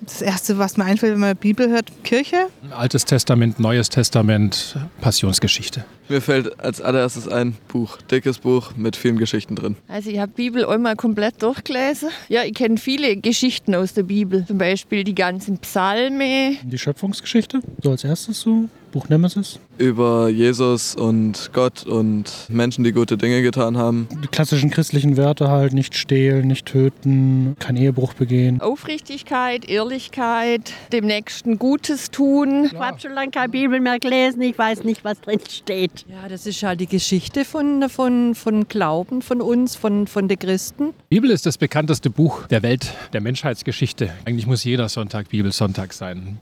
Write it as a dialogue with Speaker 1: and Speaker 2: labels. Speaker 1: Das Erste, was mir einfällt, wenn man Bibel hört, Kirche.
Speaker 2: Altes Testament, Neues Testament, Passionsgeschichte.
Speaker 3: Mir fällt als allererstes ein Buch, dickes Buch mit vielen Geschichten drin.
Speaker 4: Also ich habe Bibel einmal komplett durchgelesen. Ja, ich kenne viele Geschichten aus der Bibel. Zum Beispiel die ganzen Psalme.
Speaker 5: Die Schöpfungsgeschichte, so als erstes so. Buch Nemesis.
Speaker 3: Über Jesus und Gott und Menschen, die gute Dinge getan haben.
Speaker 5: Die klassischen christlichen Werte halt, nicht stehlen, nicht töten, keinen Ehebruch begehen.
Speaker 4: Aufrichtigkeit, Ehrlichkeit, dem Nächsten Gutes tun.
Speaker 6: Ich habe schon lange keine Bibel mehr gelesen, ich weiß nicht, was drin steht.
Speaker 7: Ja, das ist halt die Geschichte von, von, von Glauben, von uns, von, von den Christen.
Speaker 2: Bibel ist das bekannteste Buch der Welt, der Menschheitsgeschichte. Eigentlich muss jeder Sonntag Bibelsonntag sein.